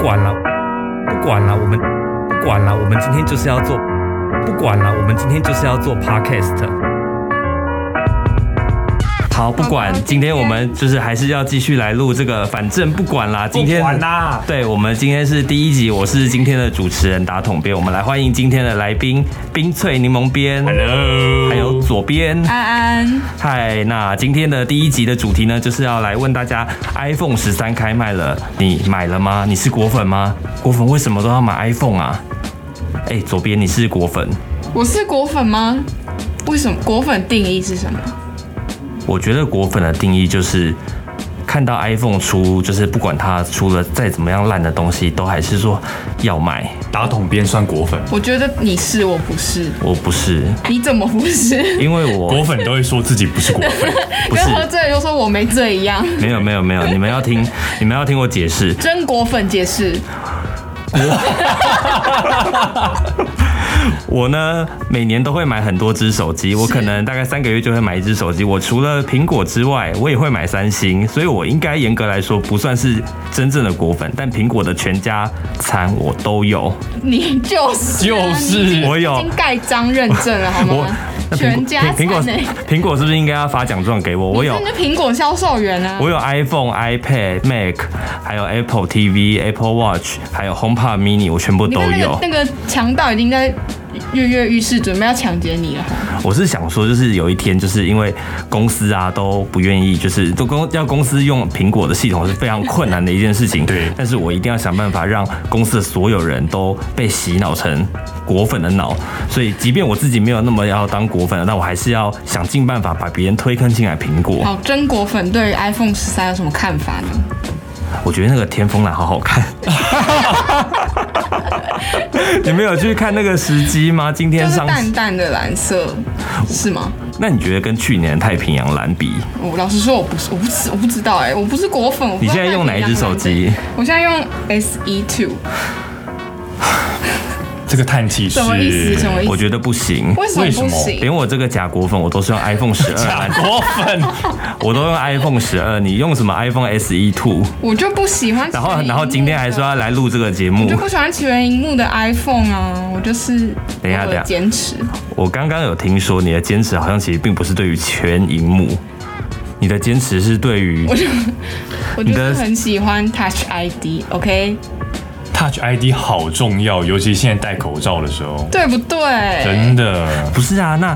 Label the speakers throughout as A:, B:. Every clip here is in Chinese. A: 管了，不管了，我们不管了，我们今天就是要做，不管了，我们今天就是要做 podcast。好，不管，今天我们就是还是要继续来录这个，反正不管啦，今天
B: 不管啦
A: 对，我们今天是第一集，我是今天的主持人打桶边，我们来欢迎今天的来宾冰脆柠檬边，Hello，还有左边，
C: 安安，
A: 嗨，那今天的第一集的主题呢，就是要来问大家，iPhone 十三开卖了，你买了吗？你是果粉吗？果粉为什么都要买 iPhone 啊？哎、左边你是果粉，
C: 我是果粉吗？为什么果粉定义是什么？
A: 我觉得果粉的定义就是。看到 iPhone 出，就是不管它出了再怎么样烂的东西，都还是说要买。
B: 打桶边算果粉，
C: 我觉得你是，我不是，
A: 我不是，
C: 你怎么不是？
A: 因为我
B: 果粉都会说自己不是果 粉。
A: 不是
C: 跟喝醉就说我没醉一样。
A: 没有没有没有，你们要听，你们要听我解释。
C: 真果粉解释，
A: 我呢，每年都会买很多只手机，我可能大概三个月就会买一只手机。我除了苹果之外，我也会买三星，所以我应该严格来说不算是真正的果粉，但苹果的全家餐我都有。
C: 你就是啊、
B: 就是
C: 你已经
A: 我有
C: 已经盖章认证了，好
A: 我
C: 吗？
A: 那苹
C: 全
A: 果
C: 家
A: 苹苹
C: 餐
A: 果
C: 呢、
A: 苹果是不是应该要发奖状给我？我有
C: 你真的苹果销售员啊！
A: 我有 iPhone、iPad、Mac，还有 Apple TV、Apple Watch，还有 HomePod Mini，我全部
C: 你
A: 都
C: 看那
A: 有
C: 个。那个强盗已经在跃跃欲试，准备要抢劫你了。
A: 我是想说，就是有一天，就是因为公司啊都不愿意，就是都公要公司用苹果的系统是非常困难的一件事情。
B: 对
A: 但是我一定要想办法让公司的所有人都被洗脑成果粉的脑。所以，即便我自己没有那么要当果粉，但我还是要想尽办法把别人推坑进来苹果。
C: 好，真果粉对于 iPhone 十三有什么看法呢？
A: 我觉得那个天风蓝好好看。你们有去看那个时机吗？今
C: 就
A: 天
C: 是
A: 上市
C: 淡淡的蓝色，是吗？
A: 那你觉得跟去年的太平洋蓝比，
C: 我老实说，我不是，我不知，我不知道哎、我不是果粉。我不
A: 你
C: 知道
A: 现在用哪一只手机？
C: 我现在用 S E two，
B: 这个叹气是
C: 什么意思？什么意
A: 我
C: 思？
A: 觉得不行。
C: 为什么
B: 为什
C: 不
B: 么
C: 行？
A: 连我这个假果粉，我都是用 iPhone 十
B: 假
A: 二，
B: 果粉，
A: 我都用 iPhone 十二。你用什么 iPhone SE Two？
C: 我就不喜欢。
A: 然后，然后今天还说，要来录这个节目
C: 我就。不喜欢起源荧幕的 iPhone 啊，我就是
A: 等一下
C: 我
A: 等一下
C: 的坚持。
A: 我刚刚有听说你的坚持，好像其实并不是对于全荧幕，你的坚持是对于
C: 我就我就
A: 你的
C: 是很喜欢 Touch ID，OK，、
B: Touch ID 好重要，尤其现在戴口罩的时候，
C: 对不对？
B: 真的。
A: 不是啊，那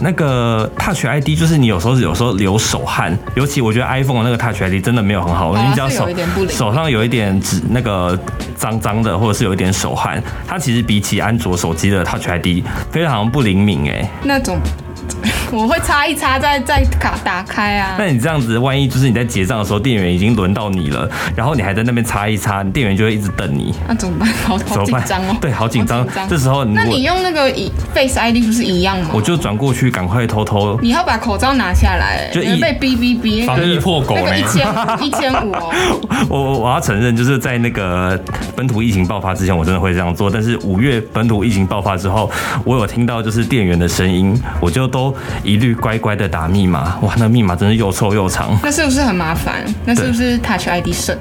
A: 那个 Touch ID 就是你有时候有时候流手汗，尤其我觉得 iPhone 的那个 Touch ID 真的没有很好，我
C: 啊
A: 你只要
C: 是有
A: 手
C: 一点不灵
A: 手上有一点指那个脏脏的，或者是有一点手汗，它其实比起安卓手机的 Touch ID 非常不灵敏哎、
C: 那种 我会擦一擦，再再卡打开啊。
A: 那你这样子，万一就是你在结账的时候，店员已经轮到你了，然后你还在那边擦一擦，店员就会一直瞪你。
C: 那怎么办？好
A: 怎
C: 好
A: 么
C: 紧
A: 办
C: 张哦。
A: 对好紧张这时候你如
C: 那
A: 果
C: 你用那个一 Face ID 不是一样吗？
A: 我就转过去，赶快偷偷
C: 你要把口罩拿下来，
A: 就
C: 因为
A: 一
C: 被哔哔哔那
B: 防
C: 个
B: 疫破狗
C: 那个一
B: 呢？
C: 千一千五哦，
A: 我我我要承认，就是在那个本土疫情爆发之前，我真的会这样做。但是五月本土疫情爆发之后，我有听到就是店员的声音，我就都一律乖乖的打密码。哇，那密码真是又臭又长。
C: 那是不是很麻烦？那是不是 Touch ID 省？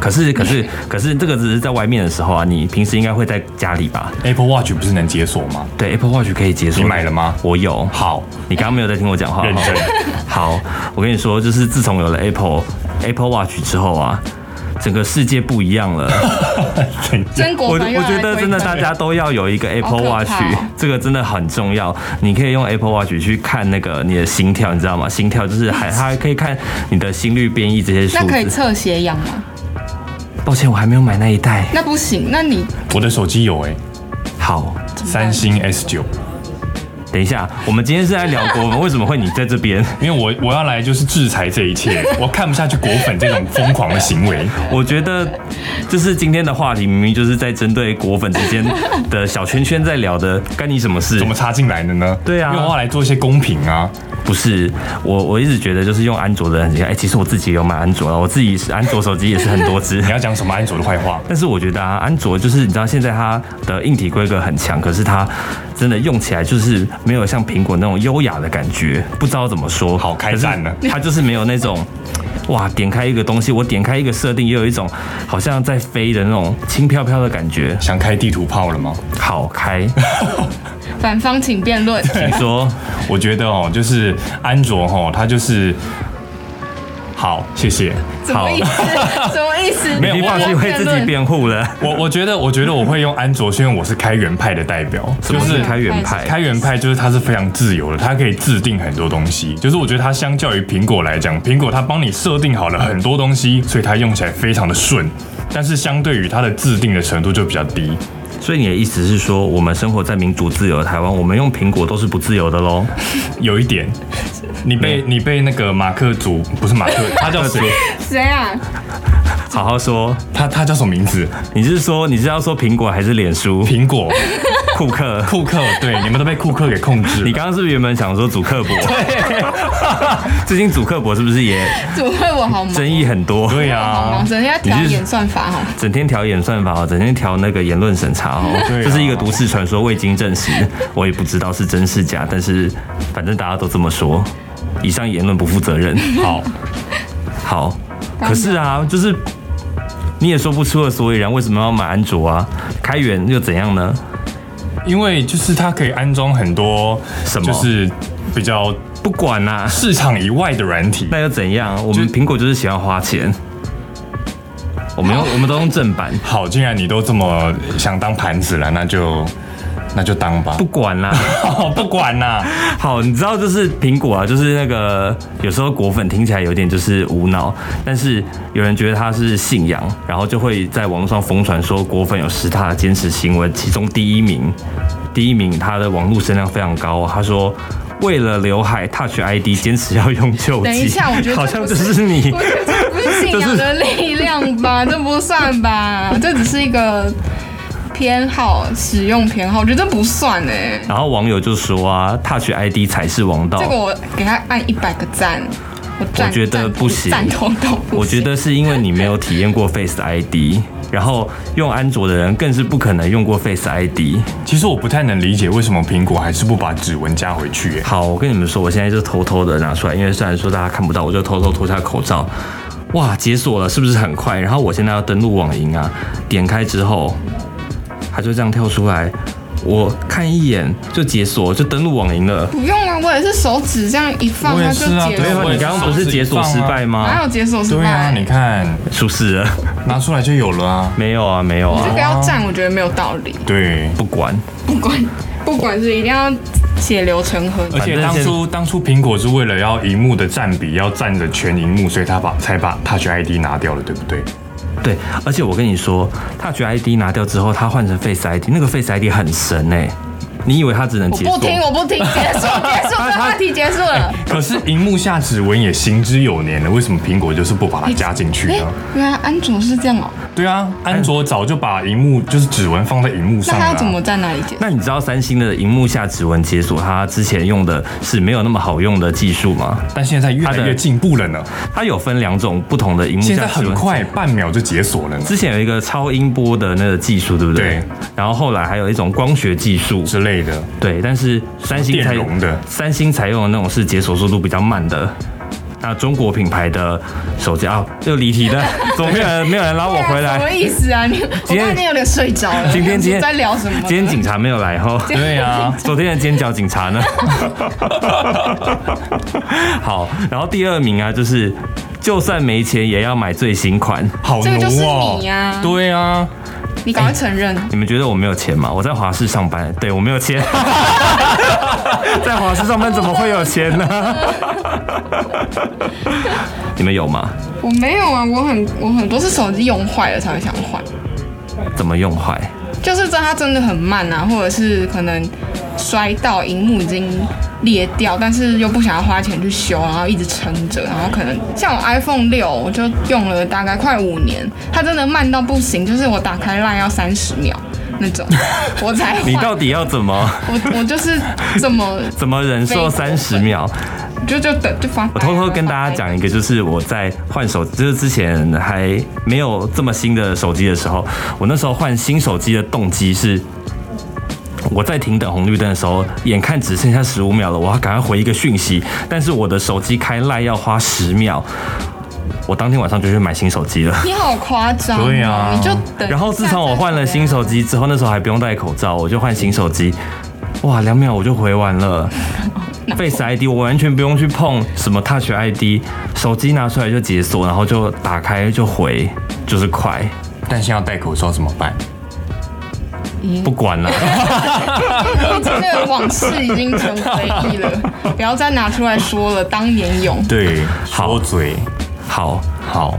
A: 可是可是可是，这个只是在外面的时候啊，你平时应该会在家里吧？
B: Apple Watch 不是能解锁吗？
A: 对，Apple Watch 可以解锁。
B: 你买了吗
A: 我有。
B: 好，
A: 你刚刚没有在听我讲话。
B: 认真。
A: 好，我跟你说，就是自从有了 Apple Apple Watch 之后啊，整个世界不一样了。
B: 真的
C: 真
A: 我
C: 果粉又
A: 我
C: 来
A: 觉得
C: 推
A: 真的，
C: 坑
A: 大家都要有一个 Apple
C: 好可
A: Watch，、
C: 怕哦
A: 这个真的很重要。你可以用 Apple Watch 去看那个你的心跳，你知道吗？心跳就是还它还可以看你的心率变异这些
C: 那
A: 数
C: 可以
A: 字。
C: 测血氧吗？
A: 抱歉，我还没有买那一代。
C: 那不行，那你
B: 我的手机有哎，
A: 好，
B: 三星 S 9
A: 等一下，我们今天是在聊国文，为什么会你在这边？
B: 因为我我要来就是制裁这一 切，我看不下去果粉这种疯狂的行为。
A: 我觉得就是今天的话题明明就是在针对果粉之间的小圈圈在聊的，干你什么事
B: 怎？么插进来的呢？
A: 对啊
B: 因为我要来做一些公平啊。
A: 不是我，我一直觉得就是用安卓的人很厉害。哎、其实我自己也有买安卓了，啊我自己是安卓手机也是很多只
B: 你。要讲什么安卓的坏话？
A: 但是我觉得啊，安卓就是你知道现在它的硬体规格很强，可是它真的用起来就是没有像苹果那种优雅的感觉，不知道怎么说。
B: 好开战啊呢
A: 可是它就是没有那种。哇！点开一个东西，我点开一个设定，也有一种好像在飞的那种轻飘飘的感觉，
B: 想开地图炮了吗？
A: 好开。
C: 反方请 辩论，
A: 你 说
B: 我觉得哦，就是安卓哦，它就是好，谢谢。
C: 什 么意思？什么意思？
A: 没有忘记为自己辩护了。
B: 我我觉得，我觉得我会用安卓，是因为我是开源派的代表，就
A: 什么
B: 是
A: 是开源派
B: 开源派就是它是非常自由的，它可以制定很多东西。就是我觉得它相较于苹果来讲，苹果它帮你设定好了很多东西，所以它用起来非常的顺。但是相对于它的制定的程度就比较低，
A: 所以你的意思是说，我们生活在民主自由的台湾，我们用苹果都是不自由的喽？
B: 有一点，你被你被那个马克族不是马克，他叫 谁？
C: 谁啊？
A: 好好说，
B: 他他叫什么名字？
A: 你是说你是要说苹果还是脸书？
B: 苹果
A: 库克？
B: 库克， 对，你们都被库克给控制了
A: 你。刚刚是不是原本想说祖克 伯？最近祖克伯是不是也
C: 怎么会我好忙？
A: 争议很多？
B: 对啊呀、
C: 好
A: 啊
C: 忙，整天要调演算法哈。
A: 整天调演算法哦，整天调那个言论审查哦，
B: 对啊
A: 这是一个都市传说，未经证实，我也不知道是真是假，但是反正大家都这么说。以上言论不负责任。
B: 好，
A: 好，可是啊，就是你也说不出个所以然，为什么要买安卓啊？开源又怎样呢？
B: 因为就是它可以安装很多
A: 什么
B: 就是比较
A: 不管啊啦、
B: 市场以外的软体。
A: 那又怎样？我们
B: 就
A: 苹果就是喜欢花钱，我们用我们都用正版，
B: 好，既然你都这么想当盘子了，那就那就当吧
A: 不。管 啦、
B: 不 不管啦、
A: 好，你知道就是苹果啊，就是那个有时候果粉听起来有点就是无脑，但是有人觉得他是信仰，然后就会在网络上疯传说果粉有十大坚持行为，其中第一名，第一名他的网络声量非常高，哦他说。为了刘海 Touch ID，坚持要用旧机。
C: 等一下我觉得这
A: 好像
C: 不
A: 就是是你
C: 我，觉得这不是信仰的力量 吧？这不算吧？这只是一个偏好，使用偏好，我觉得这不算哎、
A: 然后网友就说啊，Touch ID 才是王道。
C: 这个我给他按一百个赞，我赞
A: 我觉得
C: 赞
A: 不行
C: 赞同都不 行。
A: 我觉得是因为你没有体验过 Face ID，然后用安卓的人更是不可能用过 Face ID。
B: 其实我不太能理解为什么苹果还是不把指纹加回去、欸。
A: 好，我跟你们说，我现在就偷偷的拿出来，因为虽然说大家看不到，我就偷偷脱下口罩。哇，解锁了，是不是很快？然后我现在要登录网银啊，点开之后，它就这样跳出来，我看一眼就解锁，就登录网银了。
C: 不用啊，我也是手指这样一放，
B: 我也
C: 它
B: 是
C: 就
B: 啊
C: 解
B: 对
C: 锁
B: 啊
A: 对
C: 了。
A: 啊，你刚刚不是解锁失败
C: 哪
A: 吗？
C: 有解锁失
B: 对
C: 败？
B: 啊，你看
A: 出事了？
B: 拿出来就有了啊。
A: 没有啊，没有啊
C: 这，个要赞，我觉得没有道理。
B: 对，
A: 不管。
C: 不管不管是一定要血流成河，
B: 而
A: 反
B: 且
A: 正
B: 当
A: 现
B: 初当初苹果是为了要荧幕的占比要占着全荧幕，所以他把才把 Touch ID 拿掉了，对不对？
A: 对，而且我跟你说，Touch ID 拿掉之后，它换成 Face ID，那个 Face ID 很神哎、你以为它只能
C: 我
A: 解锁？
C: 不听，哦我不 听，结束结束，这话题结束了。
B: 可是荧幕下指纹也行之有年了，为什么苹果就是不把它加进去
C: 哎
B: 呢？，
C: 原来安卓是这样哦，
B: 对啊，安卓早就把荧幕就是指纹放在荧幕
C: 那
B: 上了
C: 他
B: 啊、
C: 要怎么在哪里解？
A: 那你知道三星的荧幕下指纹解锁，它之前用的是没有那么好用的技术吗？
B: 但现在越来
A: 它的
B: 越进步了呢，
A: 它有分两种不同的荧幕
B: 现
A: 下
B: 在
A: 指
B: 很
A: 纹。
B: 快半秒就解锁了呢
A: 之前有一个超音波的那个技术，对不对？
B: 对。
A: 然后后来还有一种光学技术，
B: 之类的。
A: 对。但是三星才
B: 电容的
A: 三星采用的那种是解锁速度比较慢的。那中国品牌的手机啊，又离题了，怎么没有人没有人拉我回来
C: 什？么意思啊？你我
A: 今天
C: 刚才有点睡着了。
A: 今天今天
C: 在聊什么？
A: 今天警察没有来哈。
B: 对啊，
A: 昨天的尖角警 察呢？好，然后第二名啊，就是就算没钱也要买最新款。
B: 好
C: 这个就是
B: 奴哦、
C: 你啊
B: 对啊，
C: 你赶快承认，
A: 你们觉得我没有钱吗？我在华视上班，对我没有钱， 在华视上班怎么会有钱呢？ 你们有吗？
C: 我没有啊，我很我很多是手机用坏了才会想换，
A: 怎么用坏？
C: 就是这它真的很慢啊，或者是可能摔到荧幕已经裂掉，但是又不想要花钱去修，然后一直撑着，然后可能像我 iPhone 六，我就用了大概快五年，它真的慢到不行，就是我打开 LINE 要三十秒那 种，我才
A: 你
C: 换，
A: 到底要怎么
C: 我我就是这么
A: 怎么忍受三十秒？
C: 就就等就发呆啊。
A: 我偷偷跟大家讲一个，就是我在换手，就是之前还没有这么新的手机的时候，我那时候换新手机的动机是，我在停等红绿灯的时候，眼看只剩下十五秒了，我要赶快回一个讯息，但是我的手机开赖要花十秒，我当天晚上就去买新手机了。
C: 你好夸张、哦，
B: 对啊
C: 你就等。
A: 然后自从我换了新，手机之后，那时候还不用戴口罩，我就换新手机，哇，两秒我就回完 了。Face ID 我完全不用去碰什么 Touch ID，手机拿出来就解锁，然后就打开就回，就是快，
D: 但现在要戴口罩怎么办？
C: 嗯
A: 不管 了。
C: 毕竟那个往事已经成回忆了，不要再拿出来说了。当年勇，
D: 对，
A: 好
D: 说嘴
A: 好，
D: 好，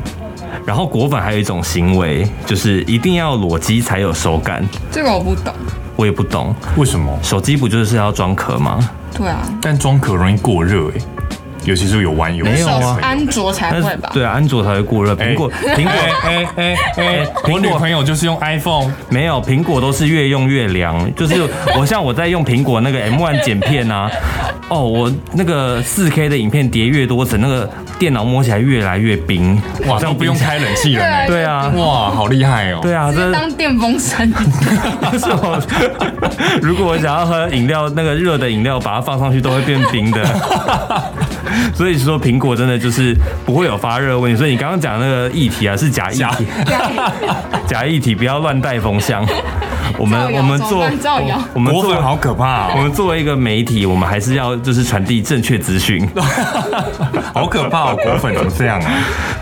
A: 然后果粉还有一种行为，就是一定要裸机才有手感，
C: 这个我不懂。
A: 我也不懂，
B: 为什么？
A: 手机不就是要装壳吗？
C: 对啊，
B: 但装壳容易过热哎、尤其是有玩游
A: 没
B: 戏
A: 有啊
C: 手是安卓才
A: 但
C: 会
A: 是
C: 吧？
A: 对啊，安卓才会过热，苹果苹果
B: 哎哎哎哎，
A: 苹
B: 我
A: 果
B: 女朋友就是用 iPhone，
A: 没有，苹果都是越用越凉。就是我像我在用苹果那个 M 1剪片啊，哦，我那个4 K 的影片叠越多层，那个电脑摸起来越来越冰。
B: 哇，
A: 这
B: 都
A: 样
B: 不用开冷气了呢、
A: 对啊，
D: 哇，好厉害哦！
A: 对啊，
C: 直接
A: 这
C: 当电风扇，
A: 是我。 如果我想要喝饮料，那个热的饮料，把它放上去都会变冰 的。所以说，苹果真的就是不会有发热问题。所以你刚刚讲那个议题啊，是假议题， 假议题，不要乱带风向。 我
C: 造
A: 们
C: 谣
A: 我们
C: 怎么
A: 做
C: 办造谣
A: 我们
B: 果
A: 做
B: 粉好可怕、
A: 我
B: 哦，
A: 们作为一个媒体，我们还是要就是传递正确资 讯，
B: 好可怕哦，果粉怎么这样啊？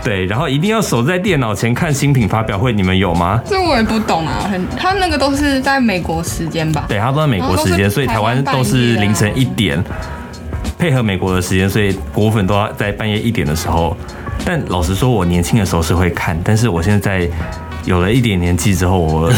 A: 对，然后一定要守在电脑前看新品发表会，你们有吗？
C: 这我也不懂啊。很，他那个都是在美国时间吧？
A: 对，他都在美国时
C: 哦然后都
A: 间，
C: 是
A: 所以台
C: 台
A: 湾
C: 湾
A: 都是凌晨
C: 半
A: 一
C: 夜啊
A: 点，配合美国的时间，所以果粉都要在半夜一点的时候。但老实说，我年轻的时候是会看，但是我现在有了一点年纪之后， 我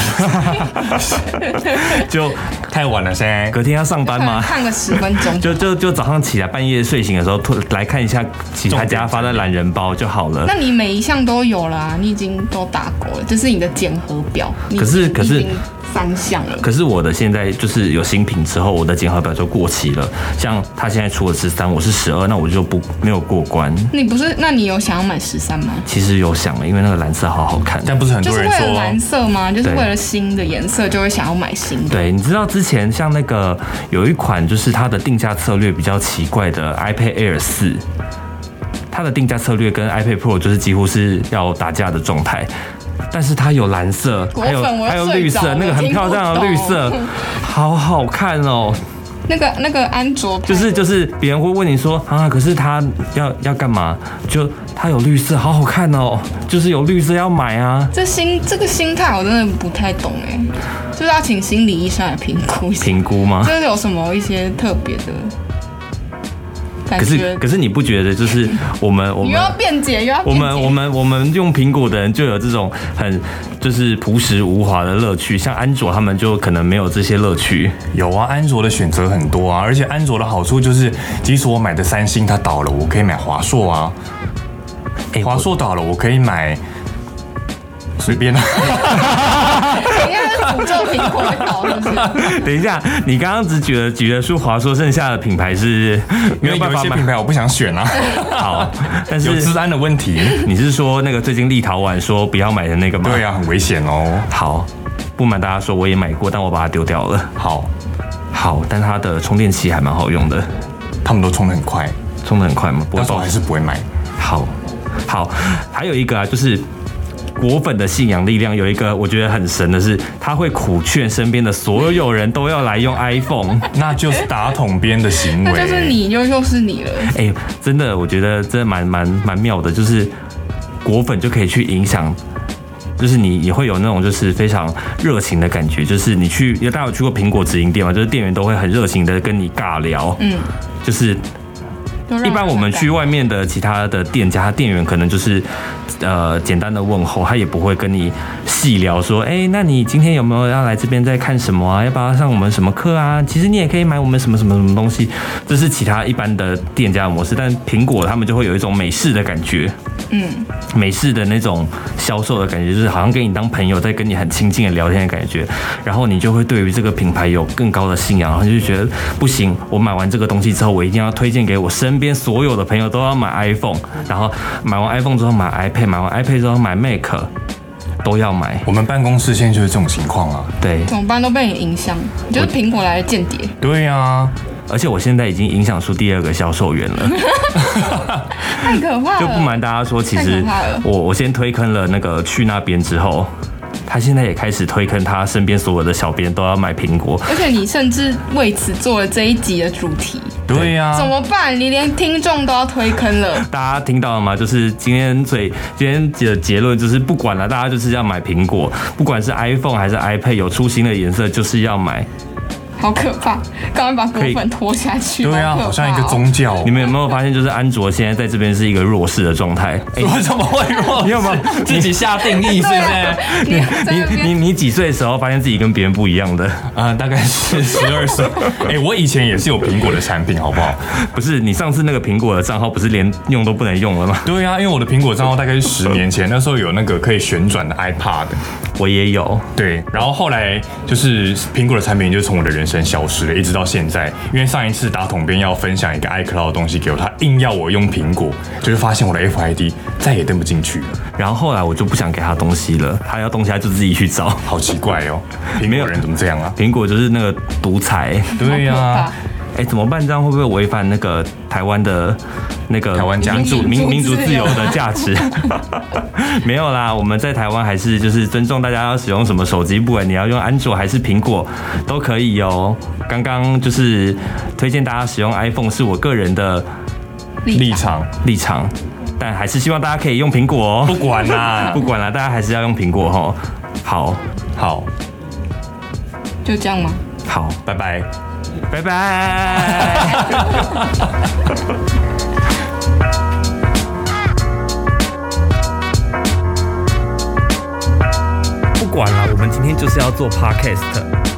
A: 就
B: 太晚了，现在
A: 隔天要上班 嘛
C: 看，看个十分 钟，
A: 就就就早上起来半夜睡醒的时候，突来看一下其他家发的懒人包就好了
C: 那。你每一项都有啦，你已经都打勾了，这是你的检核表。你
A: 可是
C: 已经
A: 可是
C: 已经三项了，
A: 可是我的现在就是有新品之后，我的检核表就过期了。像他现在出了十三，我是十二，那我就不没有过关。
C: 你不是？那你有想要买十三吗？
A: 其实有想了，因为那个蓝色好好看。
B: 但不是很
C: 就
B: 多
C: 是为了
B: 人
C: 蓝
B: 说
C: 色吗？就是
A: 对
C: 为了新的颜色，就会想要买新的。
A: 对，你知道之前像那个有一款就是它的定价策略比较奇怪的 iPad Air 四，它的定价策略跟 iPad Pro 就是几乎是要打架的状态。但是它有蓝色，
C: 果
A: 还
C: 粉
A: 有
C: 我要
A: 还有
C: 睡
A: 绿
C: 着
A: 色，
C: 了
A: 那个很
C: 听不
A: 漂亮的绿
C: 懂
A: 色， 好好看哦。
C: 那个那个安卓
A: 就是就是别人会问你说啊，可是它要要干嘛？就它有绿色，好好看哦，就是有绿色要买啊。
C: 这心这个心态我真的不太懂哎、就是要请心理医生来评估一下，
A: 评估吗？
C: 这有什么一些特别的感
A: 可
C: 觉
A: 是？可是你不觉得就是我们我
C: 你
A: 们
C: 又要辩解，又要
A: 我
C: 辩解
A: 们我们我们用苹果的人就有这种很就是朴实无华的乐趣，像安卓他们就可能没有这些乐趣。
B: 有啊，安卓的选择很多啊，而且安卓的好处就是，即使我买的三星它倒了，我可以买华硕啊，
A: 哎
B: 华硕倒了，我可以买随便啊。
C: 你看这诅咒苹果的搞是 不是？
A: 等一下，你刚刚只举了举得出华硕，剩下的品牌是 没
B: 因
A: 有
B: 为
A: 办
B: 有一
A: 法
B: 些
A: 买
B: 品牌我不想选啊，
A: 好，但
B: 有
A: 是
B: 治安的问 题。
A: 你是说那个最近立陶宛说不要买的那个吗？
B: 对啊，很危险哦。
A: 好，不瞒大家说，我也买过，但我把它丢掉了。
B: 好，
A: 好，但它的充电器还蛮好用的，
B: 他们都冲得很快，
A: 充的很快吗？不会
B: 但是我
A: 爆
B: 还。是不会买。
A: 好，好，还有一个啊，就是。果粉的信仰力量有一个我觉得很神的是，他会苦劝身边的所有人都要来用 iPhone。
B: 那就是打桶边的行为。
C: 那就是你，又又是你了。
A: 哎、真的，我觉得真的蛮蛮蛮妙的，就是果粉就可以去影响，就是你也会有那种就是非常热情的感觉，就是你去，因为大家有去过苹果直营店嘛，就是店员都会很热情的跟你尬聊，
C: 嗯，
A: 就是
C: 都让
A: 一般我们去外面的其他的店家，他店员可能就是呃简单的问候，他也不会跟你细聊说，哎、那你今天有没有要来这边在看什么啊？要不要上我们什么课啊？其实你也可以买我们什么什么什么东西，这是其他一般的店家的模式。但苹果他们就会有一种美式的感觉，
C: 嗯，
A: 美式的那种销售的感觉，就是好像跟你当朋友，在跟你很亲近的聊天的感觉，然后你就会对于这个品牌有更高的信仰，然后你就觉得不行，我买完这个东西之后，我一定要推荐给我身边所有的朋友都要买 iPhone，然后买完 iPhone 之后买 iPad，买完 iPad 之后买 Mac。都要买。
B: 我们办公室现在就是这种情况啊。
A: 对，
C: 怎么办都被你影响，你就是苹果来的间谍。
B: 对啊，
A: 而且我现在已经影响出第二个销售员了。
C: 太可怕了！
A: 就不瞒大家说，其
C: 太
A: 实
C: 可怕了
A: 我我先推坑了那个去那边之后，他现在也开始推坑他身边所有的小编都要买苹果。
C: 而且你甚至为此做了这一集的主题，
B: 对啊，
C: 怎么办？你连听众都要推坑了，
A: 大家听到了吗？就是今天最今天的结论就是不管了，大家就是要买苹果，不管是 iPhone 还是 iPad，有出新的颜色就是要买。
C: 好可怕！赶快把果粉拖下去。
B: 对啊，
C: 可怕哦
B: 好像一个。宗教哦。
A: 你们有没有发现，就是安卓现在在这边是一个弱势的状态？哎、
D: 我怎么会弱？
A: 你有 没有？
D: 自己下定义是不
C: 对
D: 是
C: 啊？你 在那
A: 你你
C: 边
A: 你几岁的时候发现自己跟别人不一样的？
D: 啊，大概是
B: 十二岁，哎、我以前也是有苹果的产品，好不好？
A: 不是你上次那个苹果的账号不是连用都不能用 了吗？
B: 对啊，因为我的苹果账号大概是十年前，那时候有那个可以旋转的 iPad，
A: 我也有，
B: 对，然后后来就是苹果的产品就从我的人生消失了，一直到现在。因为上一次打桶边要分享一个 iCloud 的东西给我，他硬要我用苹果，就是发现我的 FID 再也登不进去了，
A: 然后后来我就不想给他东西了，他要东西他就自己去找。
B: 好奇怪哦，苹
A: 没有
B: 果人怎么这样啊？
A: 苹果就是那个独裁，
B: 对啊呀、
C: 好可怕
A: 哎，怎么办？这样会不会违反那个台湾的那个
B: 台湾家
A: 民主民
C: 民主
A: 民主自
C: 自
A: 由
C: 由
A: 的 价值？ 没有啦，我们在台湾还是就是尊重大家要使用什么手机，不管你要用安卓还是苹果都可以哦。刚刚就是推荐大家使用 iPhone 是我个人的
B: 立场
A: 立场，但还是希望大家可以用苹果
B: 不
A: 哦。
B: 管啦、
A: 不管了，大家还是要用苹果哦。好，
B: 好，
C: 就这样吗？
A: 好，
B: 拜拜。
A: 拜拜。 不管了，我们今天就是要做 podcast。